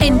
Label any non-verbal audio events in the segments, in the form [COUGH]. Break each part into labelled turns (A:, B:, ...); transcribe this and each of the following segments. A: En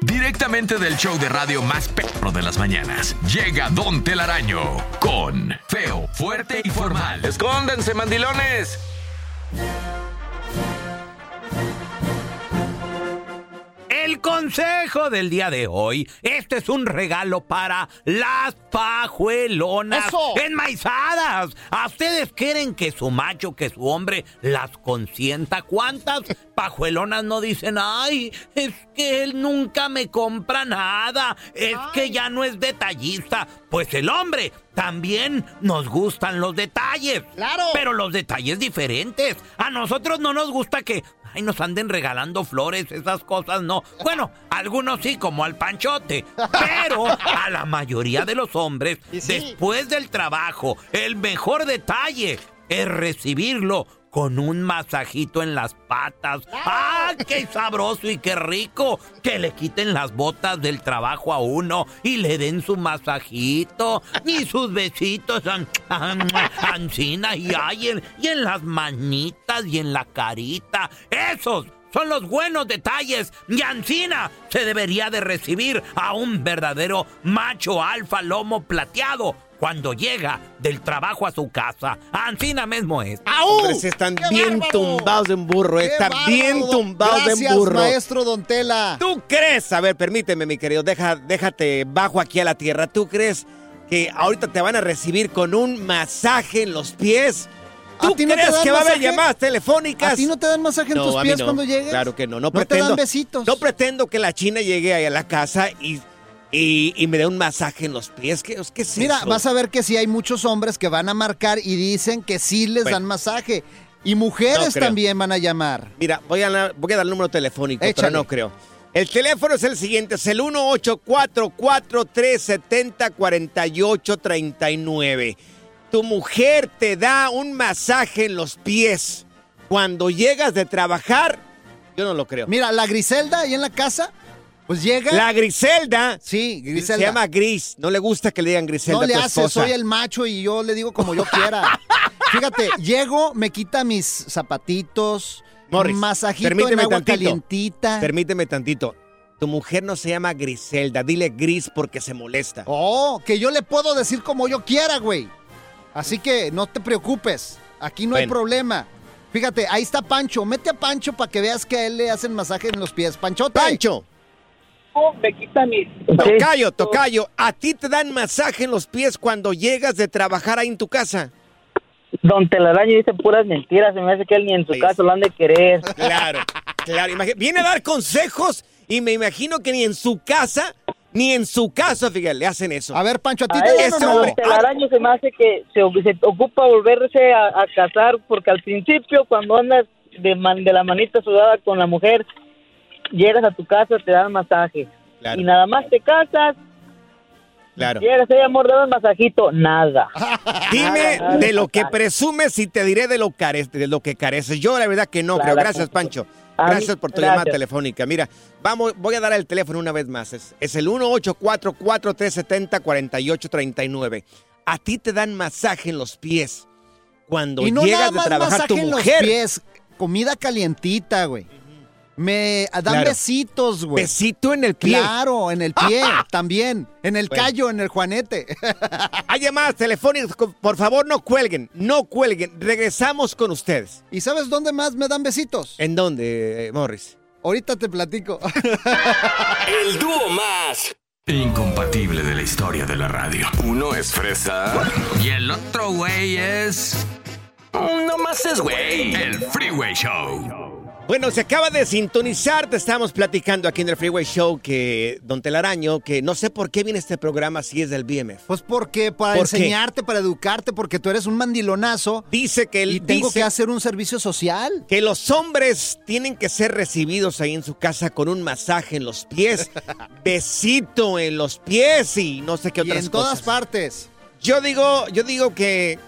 B: Directamente del show de radio más perro de las mañanas, llega Don Telaraño con Feo, Fuerte y Formal.
C: ¡Escóndanse, mandilones!
D: El consejo del día de hoy, este es un regalo para las pajuelonas
E: Eso.
D: enmaizadas. ¿A ustedes quieren que su macho, que su hombre las consienta? ¿Cuántas pajuelonas no dicen, ay, es que él nunca me compra nada, es que ya no es detallista? Pues el hombre también nos gustan los detalles.
E: Claro.
D: Pero los detalles diferentes. A nosotros no nos gusta que ay, nos anden regalando flores, esas cosas no. Bueno, algunos sí, como al panchote. Pero a la mayoría de los hombres,
E: Y sí.
D: después del trabajo, el mejor detalle es recibirlo con un masajito en las patas. ¡Ah, qué sabroso y qué rico! Que le quiten las botas del trabajo a uno y le den su masajito y sus besitos an- an- ancina y ay, en- y en las manitas y en la carita. ¡Esos! Son los buenos detalles y Ancina se debería de recibir a un verdadero macho alfa lomo plateado cuando llega del trabajo a su casa. Ancina mismo es.
E: ¡Aú!
F: Hombres están
E: ¡Qué
F: bien
E: bárbaro!
F: tumbados en burro, eh,
E: ¡Qué
F: están
E: bárbaro,
F: bien
E: don-
F: tumbados en
E: Gracias,
F: burro.
E: maestro Don Tela.
F: ¿Tú crees? A ver, permíteme, mi querido, deja, déjate bajo aquí a la tierra. ¿Tú crees que ahorita te van a recibir con un masaje en los pies?
E: ¿A
F: ¿Tú
E: ti no te
F: crees
E: dan
F: que va a haber
E: masaje?
F: llamadas telefónicas?
E: ¿A ti no te dan masaje en
F: No,
E: tus
F: a mí
E: pies
F: no.
E: cuando llegues?
F: Claro que no, no,
E: ¿No te
F: pretendo.
E: dan besitos?
F: No pretendo que la China llegue ahí a la casa y, y, y me dé un masaje en los pies. ¿Qué, qué es
E: Mira,
F: eso?
E: vas a ver que sí hay muchos hombres que van a marcar y dicen que sí les
F: Bueno.
E: dan masaje. Y
F: No
E: mujeres
F: creo.
E: también van a llamar.
F: Mira, voy a, dar- voy a dar el número telefónico,
E: Échale.
F: pero no creo. El teléfono es el siguiente, es el 1-844-370-4839. Tu mujer te da un masaje en los pies cuando llegas de trabajar. Yo no lo creo.
E: Mira, la Griselda ahí en la casa, pues llega.
F: La Griselda,
E: Sí,
F: se
E: Griselda.
F: llama Gris. No le gusta que le digan Griselda
E: No
F: a
E: le
F: tu
E: hace,
F: esposa.
E: soy el macho y yo le digo como yo
F: [LAUGHS]
E: quiera. Fíjate, llego, me quita mis zapatitos,
F: Morris,
E: masajito en
F: permíteme
E: agua
F: tantito.
E: calientita.
F: Permíteme tantito. Tu mujer no se llama Griselda. Dile Gris porque se molesta.
E: Oh, que yo le puedo decir como yo quiera, güey. Así que no te preocupes, aquí no hay
F: Bueno.
E: problema. Fíjate, ahí está Pancho, mete a Pancho para que veas que a él le hacen masaje en los pies. Panchote.
F: ¡Pancho!
G: me quita mis...
F: Tocayo, tocayo, ¿a ti te dan masaje en los pies cuando llegas de trabajar ahí en tu casa?
G: Don Telaraño dice puras mentiras, se me hace que él ni en su casa lo han de querer.
F: Claro, claro. imagi- Viene a dar consejos y me imagino que ni en su casa, ni en su casa, fíjate, le hacen eso.
E: A ver, Pancho, a ti
G: A
E: te
G: él,
E: dieron
G: a
E: o
G: Don
E: no?
G: Telaraño se me hace que se, se ocupa volverse a, a casar, porque al principio cuando andas de, man- de la manita sudada con la mujer, llegas a tu casa, te dan masaje.
F: Claro.
G: Y nada más te casas,
F: Claro.
G: llegas, hay amor, dame un masajito, nada.
F: Dime
G: nada,
F: de lo que
G: nada.
F: presumes y te diré de lo, care- de lo que careces. Yo la verdad que no
G: Claro,
F: creo. Gracias, Pancho.
G: A mí-
F: Gracias por tu
G: gracias.
F: llamada telefónica. Mira, vamos, voy a dar el teléfono una vez más. Es, es el 1-844-370-4839. A ti te dan masaje en los pies cuando
E: Y no nada
F: llegas de
E: más
F: trabajar
E: masaje
F: tu
E: en los
F: mujer.
E: pies, comida calientita, güey. Me dan
F: Claro.
E: besitos, güey.
F: Besito en el pie.
E: Claro, en el
F: [LAUGHS]
E: pie también. En el
F: Bueno.
E: callo, en el [LAUGHS] juanete.
F: Hay llamadas telefónicas. Por favor, no cuelguen. No cuelguen. Regresamos con ustedes.
E: ¿Y sabes dónde más me dan besitos?
F: ¿En dónde, eh, Morris?
E: Ahorita te platico. [LAUGHS]
H: El dúo más.
B: Incompatible de la historia de la radio.
H: Uno es fresa.
B: Y el otro güey es.
H: Mm, No más es güey.
B: El Freeway Show.
F: Bueno, se acaba de sintonizar, te estamos platicando aquí en el Freeway Show que Don Telaraño, que no sé por qué viene este programa si es del BMF.
E: Pues porque para
F: ¿Por qué?
E: enseñarte, para educarte, porque tú eres un mandilonazo
F: Dice que
E: y
F: él
E: tengo
F: dice
E: que hacer un servicio social.
F: que los hombres tienen que ser recibidos ahí en su casa con un masaje en
E: [LAUGHS]
F: los pies, besito en los pies y no sé
E: Y
F: qué otras
E: en
F: cosas.
E: todas partes.
F: Yo digo, yo digo que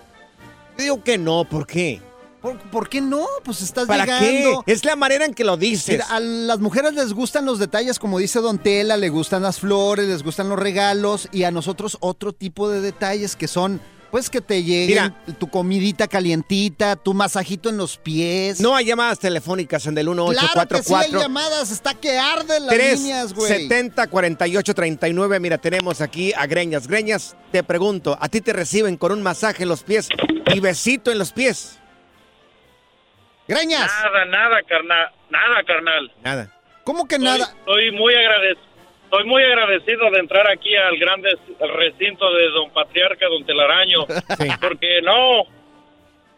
F: yo digo que no, ¿por qué?
E: ¿Por, por qué no? Pues estás
F: ¿Para
E: llegando.
F: qué? Es la manera en que lo dices.
E: Mira, a las mujeres les gustan los detalles, como dice Don Tela, le gustan las flores, les gustan los regalos y a nosotros otro tipo de detalles que son, pues que te lleguen tu comidita calientita, tu masajito en los pies.
F: No hay llamadas telefónicas en el
E: claro que
F: 1844
E: sí hay llamadas, está que arden las líneas, güey.
F: 70 48 39. Mira, tenemos aquí a Greñas. Greñas, te pregunto, ¿a ti te reciben con un masaje en los pies y besito en los pies?
E: Greñas,
G: Nada, nada, carnal, nada, carnal.
F: Nada.
E: ¿cómo que nada?
G: Estoy muy agradecido. Estoy muy agradecido de entrar aquí al grande recinto de Don Patriarca, Don
E: [LAUGHS]
G: Telaraño, porque no,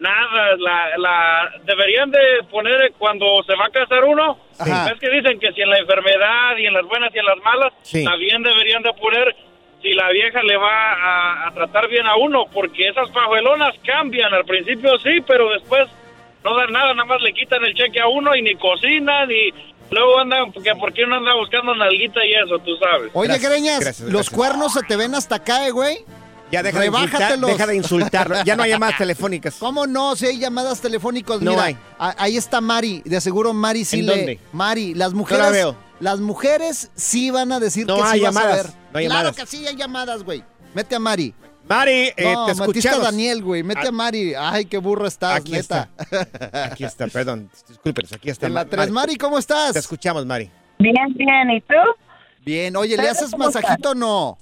G: nada, la, la deberían de poner cuando se va a casar uno,
E: Ajá.
G: es que dicen que si en la enfermedad y en las buenas y en las malas,
F: Sí.
G: también deberían de poner si la vieja le va a, a tratar bien a uno, porque esas pajuelonas cambian, al principio sí, pero después no dan nada, nada más le quitan el cheque a uno y ni cocinan y luego andan, que por qué no anda buscando nalguita y eso, tú sabes.
E: Oye,
F: Gracias,
E: Greñas,
F: gracias,
E: los
F: gracias.
E: cuernos se te ven hasta acá, eh, güey.
F: Ya deja de, insultar,
E: Rebájatelos.
F: deja de insultarlo. Ya no hay
E: [LAUGHS]
F: llamadas telefónicas.
E: ¿Cómo no? Si hay llamadas telefónicas,
F: No
E: mira,
F: hay.
E: a- ahí está Mari, de seguro Mari sí
F: ¿En
E: le-
F: dónde?
E: Mari, las mujeres.
F: la veo.
E: Las mujeres sí van a decir
F: No
E: que sí
F: hay
E: vas
F: llamadas,
E: a ver.
F: no hay
E: claro
F: llamadas.
E: que sí hay llamadas, güey. Mete a Mari.
F: Mari, eh,
E: no,
F: te
E: metiste a
F: escuchamos. Ah.
E: Daniel, güey. Mete a, Mari. Ay, qué burro estás,
F: Aquí
E: Pues neta.
F: Aquí está, perdón. Disculpen, aquí está.
E: En la
F: Ma-
E: 3, Mari, ¿cómo estás?
F: Te escuchamos, Mari.
G: Bien, bien, ¿y tú?
E: Bien, oye, ¿le
G: Claro,
E: haces
G: ¿cómo estás?
E: masajito o no?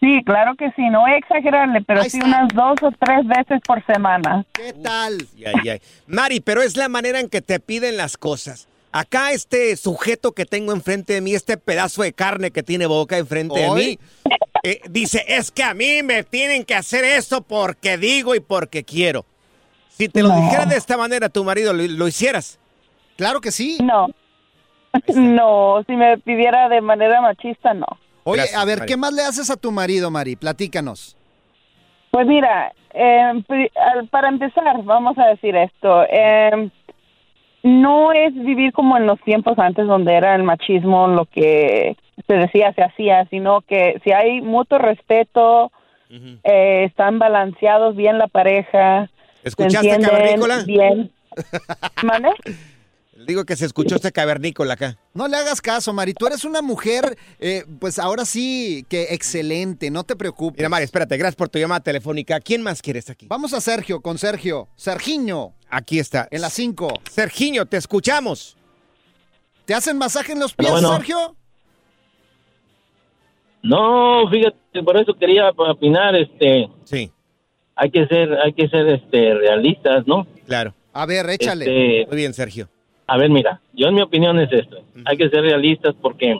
G: Sí, claro que sí, no voy a exagerarle, pero
E: Ahí sí está. unas
G: dos o tres veces por semana. [LAUGHS]
E: ¿Qué tal?
F: Ay, ay, ay. Mari, pero es la manera en que te piden las cosas. Acá este sujeto que tengo enfrente de mí, este pedazo de carne que tiene boca enfrente de
E: Hoy.
F: mí, eh, dice, es que a mí me tienen que hacer eso porque digo y porque quiero. Si te lo dijera de esta manera a tu marido, ¿lo, lo hicieras?
E: Claro que sí.
G: No. No, si me pidiera de manera machista, no.
E: Oye,
F: Gracias,
E: a ver,
F: Mari.
E: ¿qué más le haces a tu marido, Mari? Platícanos.
G: Pues mira, em, pri- al- para empezar, vamos a decir esto. em, no es vivir como en los tiempos antes donde era el machismo lo que se decía, se hacía, sino que si hay mutuo respeto, eh, están balanceados bien la pareja. se
F: ¿Escuchaste,
G: entienden
F: cavernícola?
E: [LAUGHS]
G: Bien. ¿Mande?
F: Digo que se escuchó este cavernícola acá.
E: No le hagas caso, Mari. Tú eres una mujer, eh, pues ahora sí que excelente, no te preocupes.
F: Mira, Mari, espérate, gracias por tu llamada telefónica. ¿Quién más quieres aquí?
E: Vamos a Sergio, con Sergio. Sergiño,
F: Aquí está.
E: en las 5.
F: Sergiño, te escuchamos.
E: ¿Te hacen masaje en los pies,
G: bueno.
E: Sergio?
G: No, fíjate, por eso quería opinar, este,
F: Sí,
G: hay que ser, hay que ser, este, realistas, ¿no?
F: claro.
E: A ver, échale.
G: Este,
F: Muy bien, Sergio.
G: A ver, mira, yo en mi opinión es esto. Hay que ser [LAUGHS] realistas porque,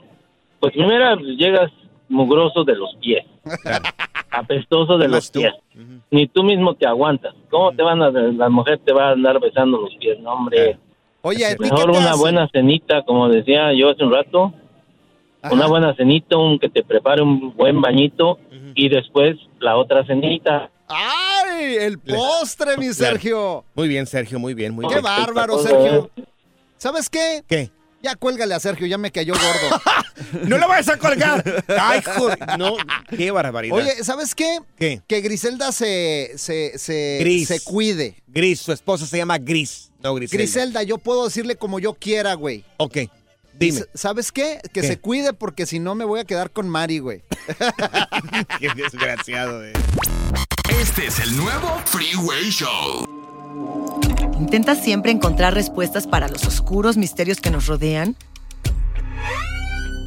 G: pues primero llegas mugroso de los pies.
I: apestoso de los pies. Ni tú mismo te aguantas. ¿Cómo te van a, la mujer te va a andar besando los pies? No, hombre.
E: Oye, ¿a ti qué
I: Mejor
E: te
I: una
E: hace?
I: buena cenita, como decía yo hace un rato. Una buena cenita, un que te prepare un buen bañito y después la otra cenita.
E: ¡Ay! El postre, mi
F: Claro.
E: Sergio.
F: Muy bien, Sergio, muy bien, muy
E: ¡Qué
F: bien.
E: bárbaro, Sergio! ¿Sabes qué?
F: ¿Qué?
E: Ya cuélgale a Sergio, ya me cayó gordo.
F: [LAUGHS] ¡No lo vayas a
E: [LAUGHS]
F: colgar! ¡Ay, joder! No, qué barbaridad.
E: Oye, ¿sabes qué?
F: ¿Qué?
E: Que Griselda se, se, se,
F: Gris.
E: se cuide.
F: Gris, su esposa se llama Gris, no Griselda.
E: Griselda, yo puedo decirle como yo quiera, güey.
F: Ok, dime.
E: S- ¿Sabes qué? Que
F: ¿Qué?
E: se cuide porque si no me voy a quedar con Mari,
F: [LAUGHS]
E: güey.
F: [LAUGHS] Qué desgraciado, eh.
B: Este es el nuevo Freeway Show.
J: ¿Intentas siempre encontrar respuestas para los oscuros misterios que nos rodean?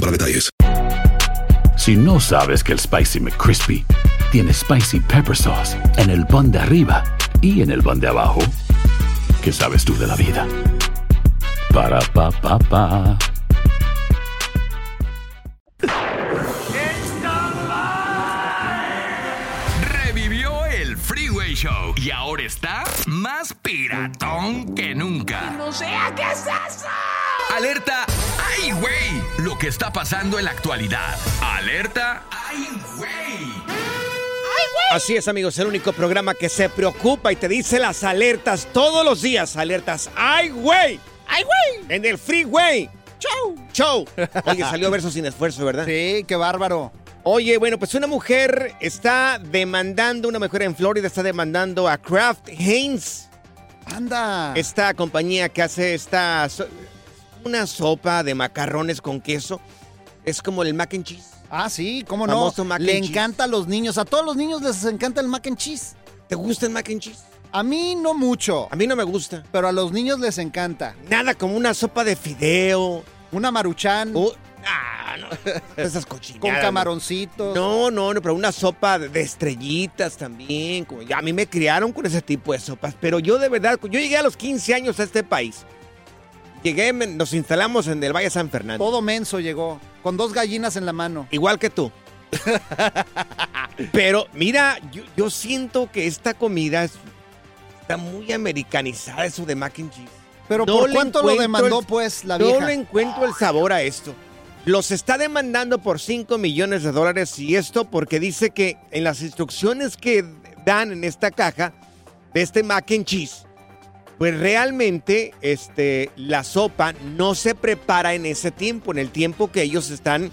K: para detalles.
L: Si no sabes que el Spicy McCrispy tiene Spicy Pepper Sauce en el pan de arriba y en el pan de abajo, ¿qué sabes tú de la vida? Para, pa, pa, pa.
B: Revivió el Freeway Show y ahora está más piratón que nunca.
H: No sé a qué es eso.
B: Alerta, ay güey, lo que está pasando en la actualidad. Alerta, ay güey.
F: Así es, amigos, el único programa que se preocupa y te dice las alertas todos los días. Alertas. ¡Ay, güey! ¡Ay, güey! En el freeway. ¡Chau! ¡Chau! Oye, salió verso sin esfuerzo, ¿verdad?
E: Sí, qué bárbaro.
F: Oye, bueno, pues una mujer está demandando, una mujer en Florida está demandando a Kraft Heinz.
E: Anda.
F: Esta compañía que hace esta. so- una sopa de macarrones con queso. Es como el mac and cheese.
E: Ah, sí, cómo no.
F: Famoso mac
E: Le
F: and cheese.
E: encanta a los niños. A todos los niños les encanta el mac and cheese.
F: ¿Te gusta el mac and cheese?
E: A mí no mucho. A
F: mí no me gusta.
E: Pero a los niños les encanta.
F: Nada como una sopa de fideo.
E: Una maruchan.
F: ah, no. [LAUGHS] Esas cochinadas.
E: Con camaroncitos.
F: No, no, no, pero una sopa de de estrellitas también. como- A mí me criaron con ese tipo de sopas, pero yo de verdad, yo llegué a los 15 años a este país. Llegué, me- nos instalamos en el Valle San Fernando.
E: Todo menso llegó. Con dos gallinas en la mano.
F: Igual que tú. Pero mira, yo, yo siento que esta comida es- está muy americanizada, eso de mac and cheese.
E: Pero
F: No
E: ¿por
F: le
E: cuánto lo
F: encuentro
E: demandó,
F: el-
E: pues, la
F: No
E: vieja?
F: le encuentro el sabor a esto. Los está demandando por 5 millones de dólares y esto porque dice que en las instrucciones que dan en esta caja de este mac and cheese, pues realmente este, la sopa no se prepara en ese tiempo, en el tiempo que ellos están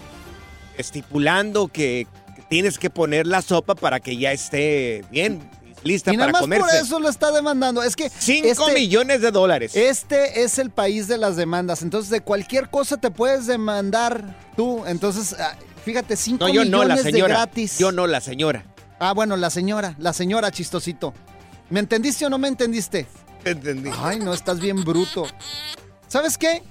F: estipulando que tienes que poner la sopa para que ya esté bien, lista
E: y nada
F: para
E: más
F: comerse.
E: por eso lo está demandando. Es que.
F: 5 millones de dólares.
E: Este es el país de las demandas. Entonces, de cualquier cosa te puedes demandar tú. Entonces, ah, fíjate, 5
F: no, yo
E: millones
F: no, la
E: de
F: señora.
E: gratis.
F: Yo no, la señora.
E: Ah, bueno, la señora, la señora, chistosito. ¿Me entendiste o no me entendiste?
F: Te entendí.
E: Ay, no, estás bien bruto. ¿Sabes qué?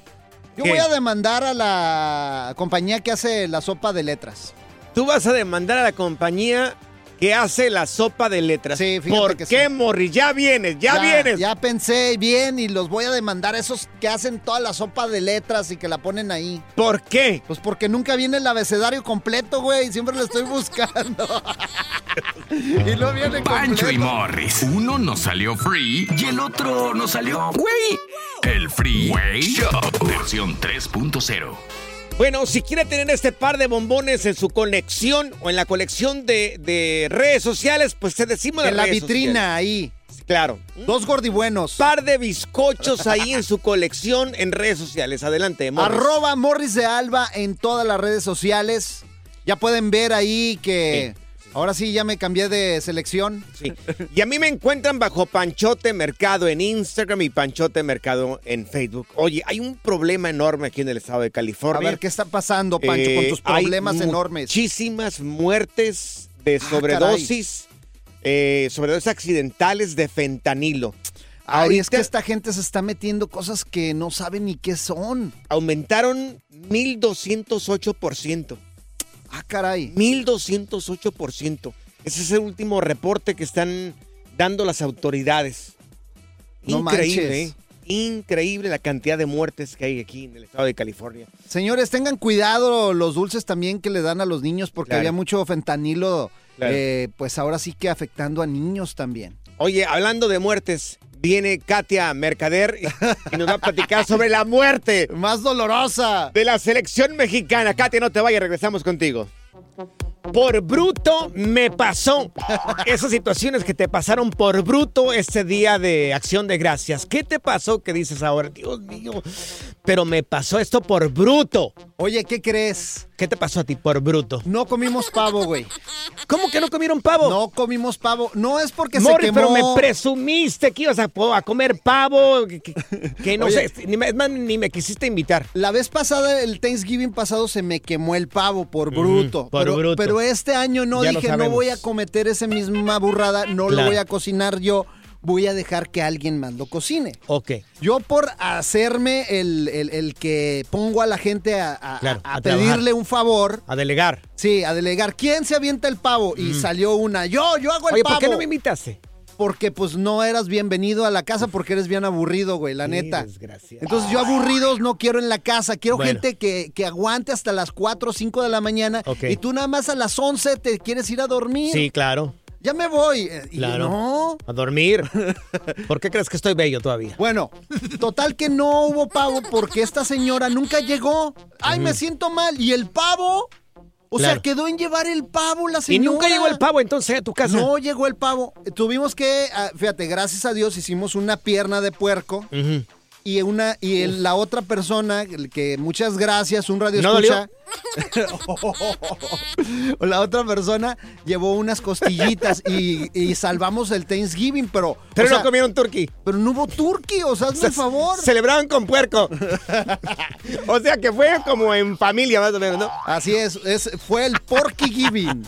E: Yo
F: ¿Qué?
E: voy a demandar a la compañía que hace la sopa de letras.
F: Tú vas a demandar a la compañía que hace la sopa de letras. ¿Por qué, Morri? Ya vienes, ya, vienes.
E: Ya pensé bien y los voy a demandar a esos que hacen toda la sopa de letras y que la ponen ahí.
F: ¿Por qué?
E: Pues porque nunca viene el abecedario completo, güey. Siempre lo estoy buscando. [LAUGHS] y no viene
B: Pancho
E: completo.
B: y Morris. Uno nos salió free y el otro nos salió güey. El Freeway Show. Versión 3.0.
F: Bueno, si quiere tener este par de bombones en su colección o en la colección de, de redes sociales, pues te decimos las
E: En la
F: redes
E: vitrina,
F: sociales.
E: ahí.
F: Claro.
E: Dos gordibuenos.
F: Par de bizcochos ahí en su colección en redes sociales. Adelante, Morris.
E: Arroba Morris de Alba en todas las redes sociales. Ya pueden ver ahí que ahora sí ya me cambié de selección.
F: Sí. Y a mí me encuentran bajo Panchote Mercado en Instagram y Panchote Mercado en Facebook. Oye, hay un problema enorme aquí en el estado de
E: A
F: California.
E: ver qué está pasando, Pancho, con
F: Eh,
E: tus
F: hay
E: problemas enormes. Ah,
F: Muchísimas muertes de sobredosis, eh, sobredosis accidentales de fentanilo.
E: Ay, Ah, es que
F: Ahorita-
E: esta gente se está metiendo cosas que no sabe ni qué son.
F: aumentaron 1.208%.
E: Ah, caray.
F: 1.208%. Ese es el último reporte que están dando las autoridades.
E: No manches.
F: Increíble, ¿eh? Increíble la cantidad de muertes que hay aquí en el estado de California.
E: Señores, tengan cuidado los dulces también que le dan a los niños porque
F: Claro.
E: había mucho fentanilo,
F: Claro.
E: eh, pues ahora sí que afectando a niños también.
F: Oye, hablando de muertes, viene Katia Mercader y- y nos va a platicar sobre la muerte
E: [LAUGHS] más dolorosa
F: de la selección mexicana. Katia, no te vayas, regresamos contigo. Por bruto me pasó. Esas situaciones que te pasaron por bruto este día de acción de gracias. ¿Qué te pasó que dices ahora? Dios mío, pero me pasó esto por bruto.
E: Oye, ¿qué crees?
F: ¿Qué te pasó a ti por bruto?
E: No comimos pavo, güey.
F: ¿Cómo que no comieron pavo?
E: No comimos pavo. No es porque
F: Morris,
E: se quemó.
F: pero me presumiste que ibas a, po- a comer Este pavo, que, que- que no
E: Oye.
F: sé, este, ni me, es más, ni me quisiste invitar.
E: La vez pasada, el Thanksgiving pasado, se me quemó el pavo por bruto.
F: por
E: pero,
F: bruto.
E: pero este año no
F: Ya lo
E: dije, no
F: sabemos.
E: voy a cometer esa misma burrada, no
F: Claro.
E: lo voy a cocinar yo, voy a dejar que alguien más lo cocine.
F: Ok.
E: Yo por hacerme el, el- el que pongo a la gente a, a-
F: Claro,
E: a
F: a trabajar.
E: pedirle un favor,
F: A delegar. Mm.
E: sí, a delegar, ¿quién se avienta el pavo? Y salió una, yo, yo hago el
F: Oye,
E: pavo.
F: ¿por qué no me invitaste?
E: Porque pues no eras bienvenido a la casa porque eres bien aburrido, güey, la neta. Entonces yo aburridos no quiero en la casa, quiero
F: Bueno.
E: gente que, que aguante hasta las 4 o 5 de la mañana
F: Ok.
E: y tú nada más a las 11 te quieres ir a dormir.
F: Sí, claro.
E: Ya me voy. Eh, y yo,
F: Claro.
E: no. [LAUGHS]
F: A dormir. ¿Por qué crees que estoy bello todavía?
E: Bueno, total que no hubo pavo porque esta señora nunca llegó. Ay, me siento mal. ¿Y el pavo? O sea,
F: Claro.
E: quedó en llevar el pavo la
F: Y
E: señora.
F: nunca llegó el pavo entonces a tu casa.
E: No llegó el pavo. Tuvimos que, ah, fíjate, gracias a Dios hicimos una pierna de puerco
F: Ujú.
E: y una y el- la otra persona el que muchas gracias, un radio
F: ¿No
E: escucha. [LAUGHS] O la otra persona llevó unas costillitas y, y salvamos el Thanksgiving, pero
F: Pero
E: o
F: no
E: sea,
F: comieron turkey.
E: pero no hubo turkey, o sea, hazme el favor.
F: Celebraron con puerco. [LAUGHS] o sea que fue como en familia, más o menos, ¿no?
E: Así es, es fue el Porky Giving.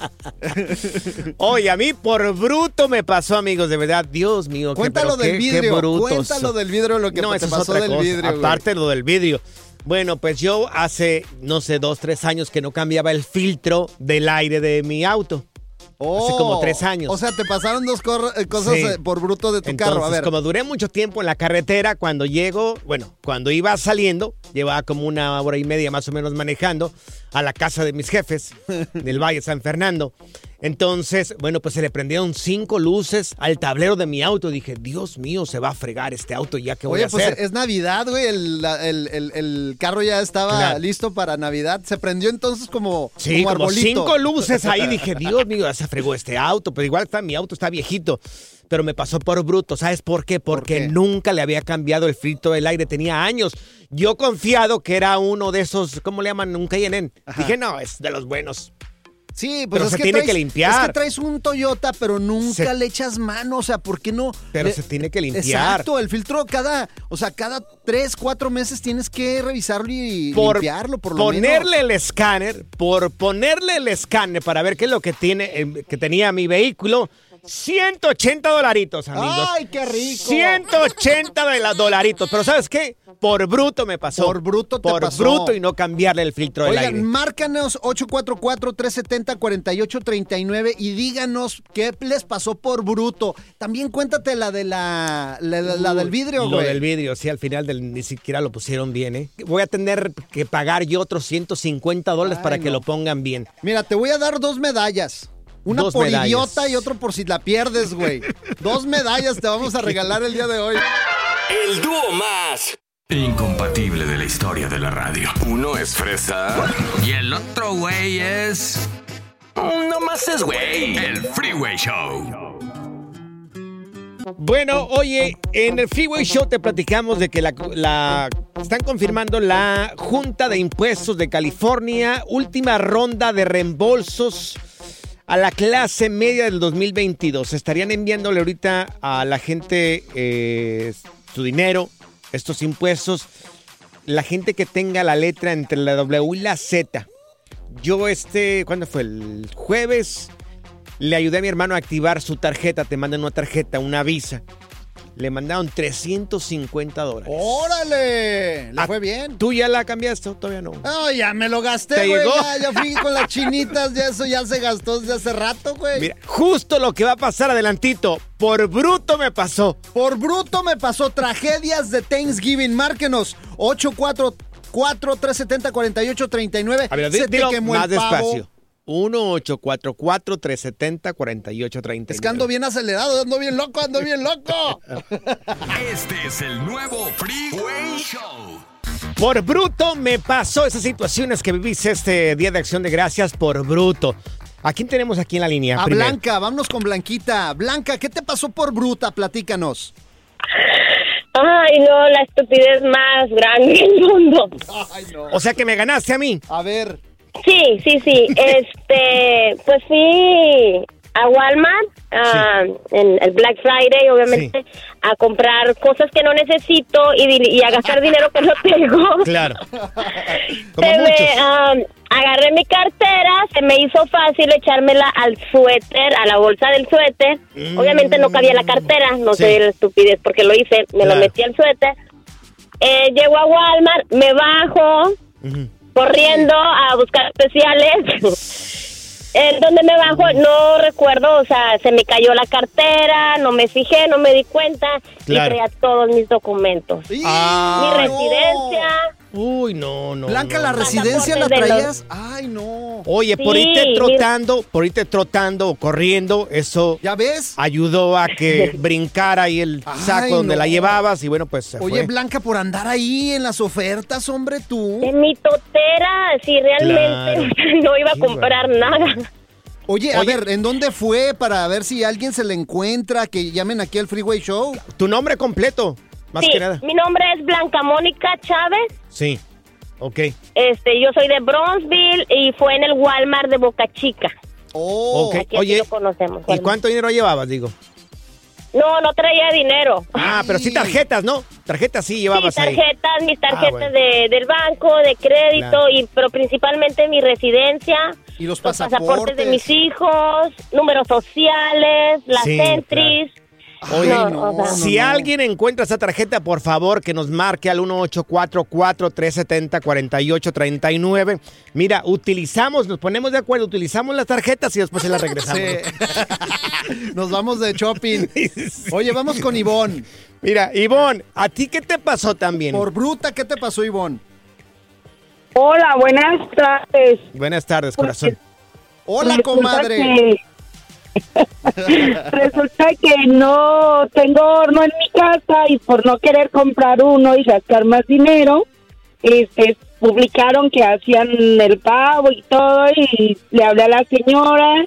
F: [LAUGHS] Oye, a mí por bruto me pasó, amigos, de verdad. Dios mío. qué-
E: Cuéntalo
F: pero qué-
E: del
F: qué
E: vidrio,
F: brutos.
E: cuéntalo del vidrio lo que
F: no,
E: te
F: eso es
E: pasó
F: otra
E: del
F: cosa.
E: vidrio, güey.
F: Aparte lo del vidrio. Bueno, pues yo hace, no sé, dos, tres años que no cambiaba el filtro del aire de mi auto. hace como
E: Oh,
F: tres años.
E: O sea, te pasaron dos cor- eh, cosas
F: Sí.
E: eh, por bruto de tu carro, a
F: Entonces,
E: ver.
F: como duré mucho tiempo en la carretera, cuando llego, bueno, cuando iba saliendo, llevaba como una hora y media más o menos manejando a la casa de mis jefes
E: [LAUGHS]
F: del Valle San Fernando. Entonces, bueno, pues se le prendieron cinco luces al tablero de mi auto. Dije, Dios mío, se va a fregar este auto ya que voy
E: Oye,
F: a
E: pues
F: hacer.
E: es Navidad, güey. El, la- el- el- el carro ya estaba
F: Claro.
E: listo para Navidad. Se prendió entonces como,
F: Sí, como,
E: arbolito.
F: cinco luces ahí. Dije, Dios mío, ya se fregó este auto. Pero igual está, mi auto está viejito. Pero me pasó por bruto. ¿Sabes por qué? Porque
E: qué?
F: nunca le había cambiado el filtro del aire. Tenía años. Yo confiado que era uno de esos, ¿cómo le llaman? Un Cayenne. Dije, no, es de los buenos.
E: Sí, pues
F: Pero
E: es
F: se
E: que
F: tiene
E: traes,
F: que limpiar.
E: Es que traes un Toyota, pero nunca
F: Se-
E: le echas mano. O sea, ¿por qué no?
F: Pero
E: Le-
F: se tiene que limpiar.
E: Exacto, el filtro cada, o sea, cada tres, cuatro meses tienes que revisarlo y limpiarlo, por lo
F: ponerle
E: menos.
F: el escáner, por ponerle el escáner para ver qué es lo que tiene eh, que tenía mi vehículo, 180 dolaritos, amigos.
E: ¡Ay, qué rico!
F: 180 de la- dolaritos. Pero ¿sabes qué? Por bruto me pasó. Por bruto
E: te
F: Por
E: pasó.
F: bruto y no cambiarle el filtro del
E: Oigan,
F: aire.
E: márcanos 844-370-4839 y díganos qué les pasó por bruto. También cuéntate la de la, la, la- la del vidrio,
F: Lo
E: güey.
F: del vidrio, sí, al final del, ni siquiera lo pusieron bien, ¿eh? Voy a tener que pagar yo otros 150 dólares para que lo pongan bien.
E: Mira, te voy a dar dos medallas. Una
F: Dos
E: por
F: medallas.
E: idiota y otro por si la pierdes, güey. dos medallas te vamos a regalar el día de hoy.
H: El dúo más
B: Incompatible de la historia de la radio.
H: Uno es fresa
B: Y el otro güey es...
H: No más es güey.
B: El Freeway Show.
F: Bueno, oye, en el Freeway Show te platicamos de que la, la- están confirmando la Junta de Impuestos de California, última ronda de reembolsos a la clase media del 2022. Estarían enviándole ahorita a la gente eh, su dinero, estos impuestos, la gente que tenga la letra entre la W y la Z. Yo este, ¿cuándo fue? El jueves le ayudé a mi hermano a activar su tarjeta. Te mandan una tarjeta, una visa. Le mandaron 350 dólares. Ah,
E: ¡Órale! ¿Le fue bien?
F: ¿Tú ya la cambiaste o todavía no?
E: No, ya me lo gasté,
F: ¿Te
E: güey.
F: llegó?
E: Ya, ya fui con las chinitas, ya eso ya se gastó desde hace rato, güey.
F: Mira, justo lo que va a pasar adelantito. Por bruto me pasó.
E: Por bruto me pasó tragedias de Thanksgiving. Márquenos 844 370 4839
F: A ver, di- dilo más despacio. 1-844-370-4839.
E: Es que ando bien acelerado, ando bien loco, ando bien loco.
B: Este es el nuevo Freeway Show.
F: Por bruto me pasó esas situaciones que vivís este Día de Acción de Gracias por bruto. ¿A quién tenemos aquí en la línea?
E: A
F: primero?
E: Blanca, vámonos con Blanquita. Blanca, ¿qué te pasó por bruta? Platícanos.
M: Ay, no, la estupidez más grande del mundo.
F: O sea que me ganaste a mí.
E: A ver.
M: Sí, sí, sí. Este, pues fui a Walmart ah, en el Black Friday, obviamente, a comprar cosas que no necesito y, di- y a gastar dinero que no tengo.
F: Claro.
M: Se me, ah, agarré mi cartera, se me hizo fácil echármela al suéter, a la bolsa del suéter. Obviamente no cabía la cartera, no
N: Mm. Sí.
M: sé la estupidez porque lo hice, me
N: Claro.
M: lo metí al suéter. Eh, llego a Walmart, me bajo corriendo a buscar
N: [LAUGHS]
M: especiales. Eh, donde me bajo, no recuerdo, o sea, se me cayó la cartera, no me fijé, no me di cuenta
F: Claro.
M: y traía todos mis documentos.
F: Ah.
M: Mi residencia.
F: Uy, no, no.
E: Blanca,
F: no,
E: la
F: no.
E: residencia la
M: Pasaportes de
E: traías. Ay, no.
F: Oye, por
E: Sí,
F: irte
E: mira.
F: trotando, por irte trotando o corriendo, eso
E: ¿Ya ves?
F: ayudó a
M: [LAUGHS]
F: que brincara ahí el
E: Ay,
F: saco donde
E: no.
F: la llevabas y bueno, pues se
E: Oye,
F: fue.
E: Blanca, por andar ahí en las ofertas, hombre, tú.
M: De mi totera, si realmente [LAUGHS] no iba a comprar nada.
E: Oye, a
M: Oye.
E: ver, ¿en dónde fue para ver si alguien se le encuentra? Que llamen aquí al Freeway Show.
F: ¿Tu nombre completo? Más
M: sí,
F: que nada.
M: mi nombre es Blanca Mónica Chávez.
F: Sí. Ok.
M: Este, yo soy de Bronzeville y fue en el Walmart de Boca Chica.
E: Oh,
F: ok. Oye, ¿y cuánto dinero llevabas, digo?
M: No, no traía dinero.
F: Ah, pero sí tarjetas, ¿no? Tarjetas sí llevabas Ah,
M: Mis tarjetas, mis tarjetas
F: bueno.
M: de- del banco, de crédito,
F: Claro.
M: y pero principalmente mi residencia,
E: Y los
M: pasaportes,
E: pasaportes.
M: de mis hijos, números sociales, las
F: Sí,
M: centris.
F: ahí. Oye,
M: No, no, no,
F: si
M: no.
F: alguien encuentra esa tarjeta, por favor, que nos marque al 1844-370-4839. Mira, utilizamos, nos ponemos de acuerdo, utilizamos las tarjetas y
E: [LAUGHS]
F: después se las regresamos.
E: Nos vamos de
F: [LAUGHS]
E: shopping. Oye, vamos con Ivonne.
F: Mira, Ivonne, ¿a ti qué te pasó también?
E: Por bruta, ¿qué te pasó, Ivonne?
N: Hola, buenas tardes.
F: Buenas tardes, corazón.
E: Hola,
N: Resulta
E: comadre.
N: que- [LAUGHS] Resulta que no tengo horno en mi casa y por no querer comprar uno y gastar más dinero, este, publicaron que hacían el pavo y todo y le hablé a la señora.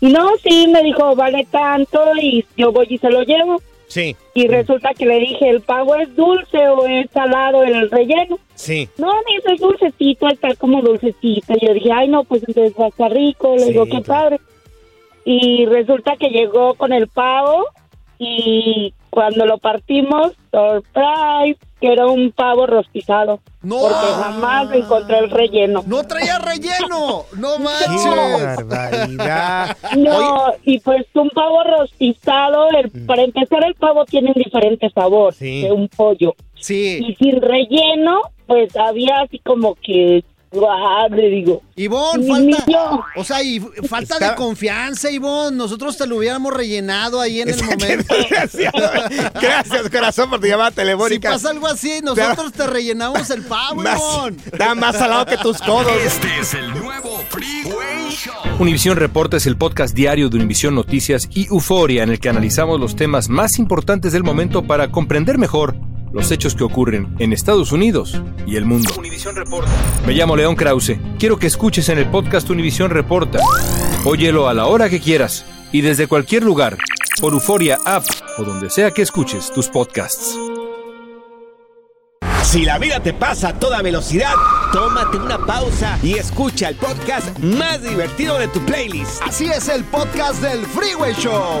N: Y no, sí, me dijo, vale tanto y yo voy y se lo llevo.
F: Sí,
N: Y resulta que le dije, ¿el pavo es dulce o es salado el relleno?
F: sí.
N: No, me dice, es dulcecito, está como dulcecito. Yo dije, ay, no, pues entonces va a estar rico. Le
O: Sí,
N: digo,
F: pues.
N: qué padre. Y resulta que llegó con el pavo y cuando lo partimos, surprise, que era un pavo rostizado. No. Porque jamás encontré el relleno.
E: Ah. ¡No traía relleno! ¡No manches!
F: barbaridad!
N: No, y pues un pavo rostizado, el- para empezar el pavo tiene un diferente sabor
F: Sí.
N: que un pollo.
E: Sí.
N: Y sin relleno, pues había así como que, guau, le digo.
E: Ivonne,
N: Ni-
E: falta.
N: ni yo.
E: O sea, y falta
N: Estaba-
E: de confianza, Ivonne. Nosotros te lo hubiéramos rellenado ahí en el momento.
F: [LAUGHS] Gracias, corazón, por tu llamada
E: Si
F: telefónica.
E: pasa algo así, nosotros te rellenamos el pavo,
F: Más-
E: Ivonne.
F: Está más salado que tus codos.
B: Este es el nuevo Freeway Show.
P: Univisión Reporta es el podcast diario de Univisión Noticias y Euforia en el que analizamos los temas más importantes del momento para comprender mejor los hechos que ocurren en Estados Unidos y el mundo. Me llamo León Krause. Quiero que escuches en el podcast Univisión Reporta. Óyelo a la hora que quieras y desde cualquier lugar, por Euforia App o donde sea que escuches tus podcasts.
F: Si la vida te pasa a toda velocidad, tómate una pausa y escucha el podcast más divertido de tu playlist.
E: Así es el podcast del Freeway Show.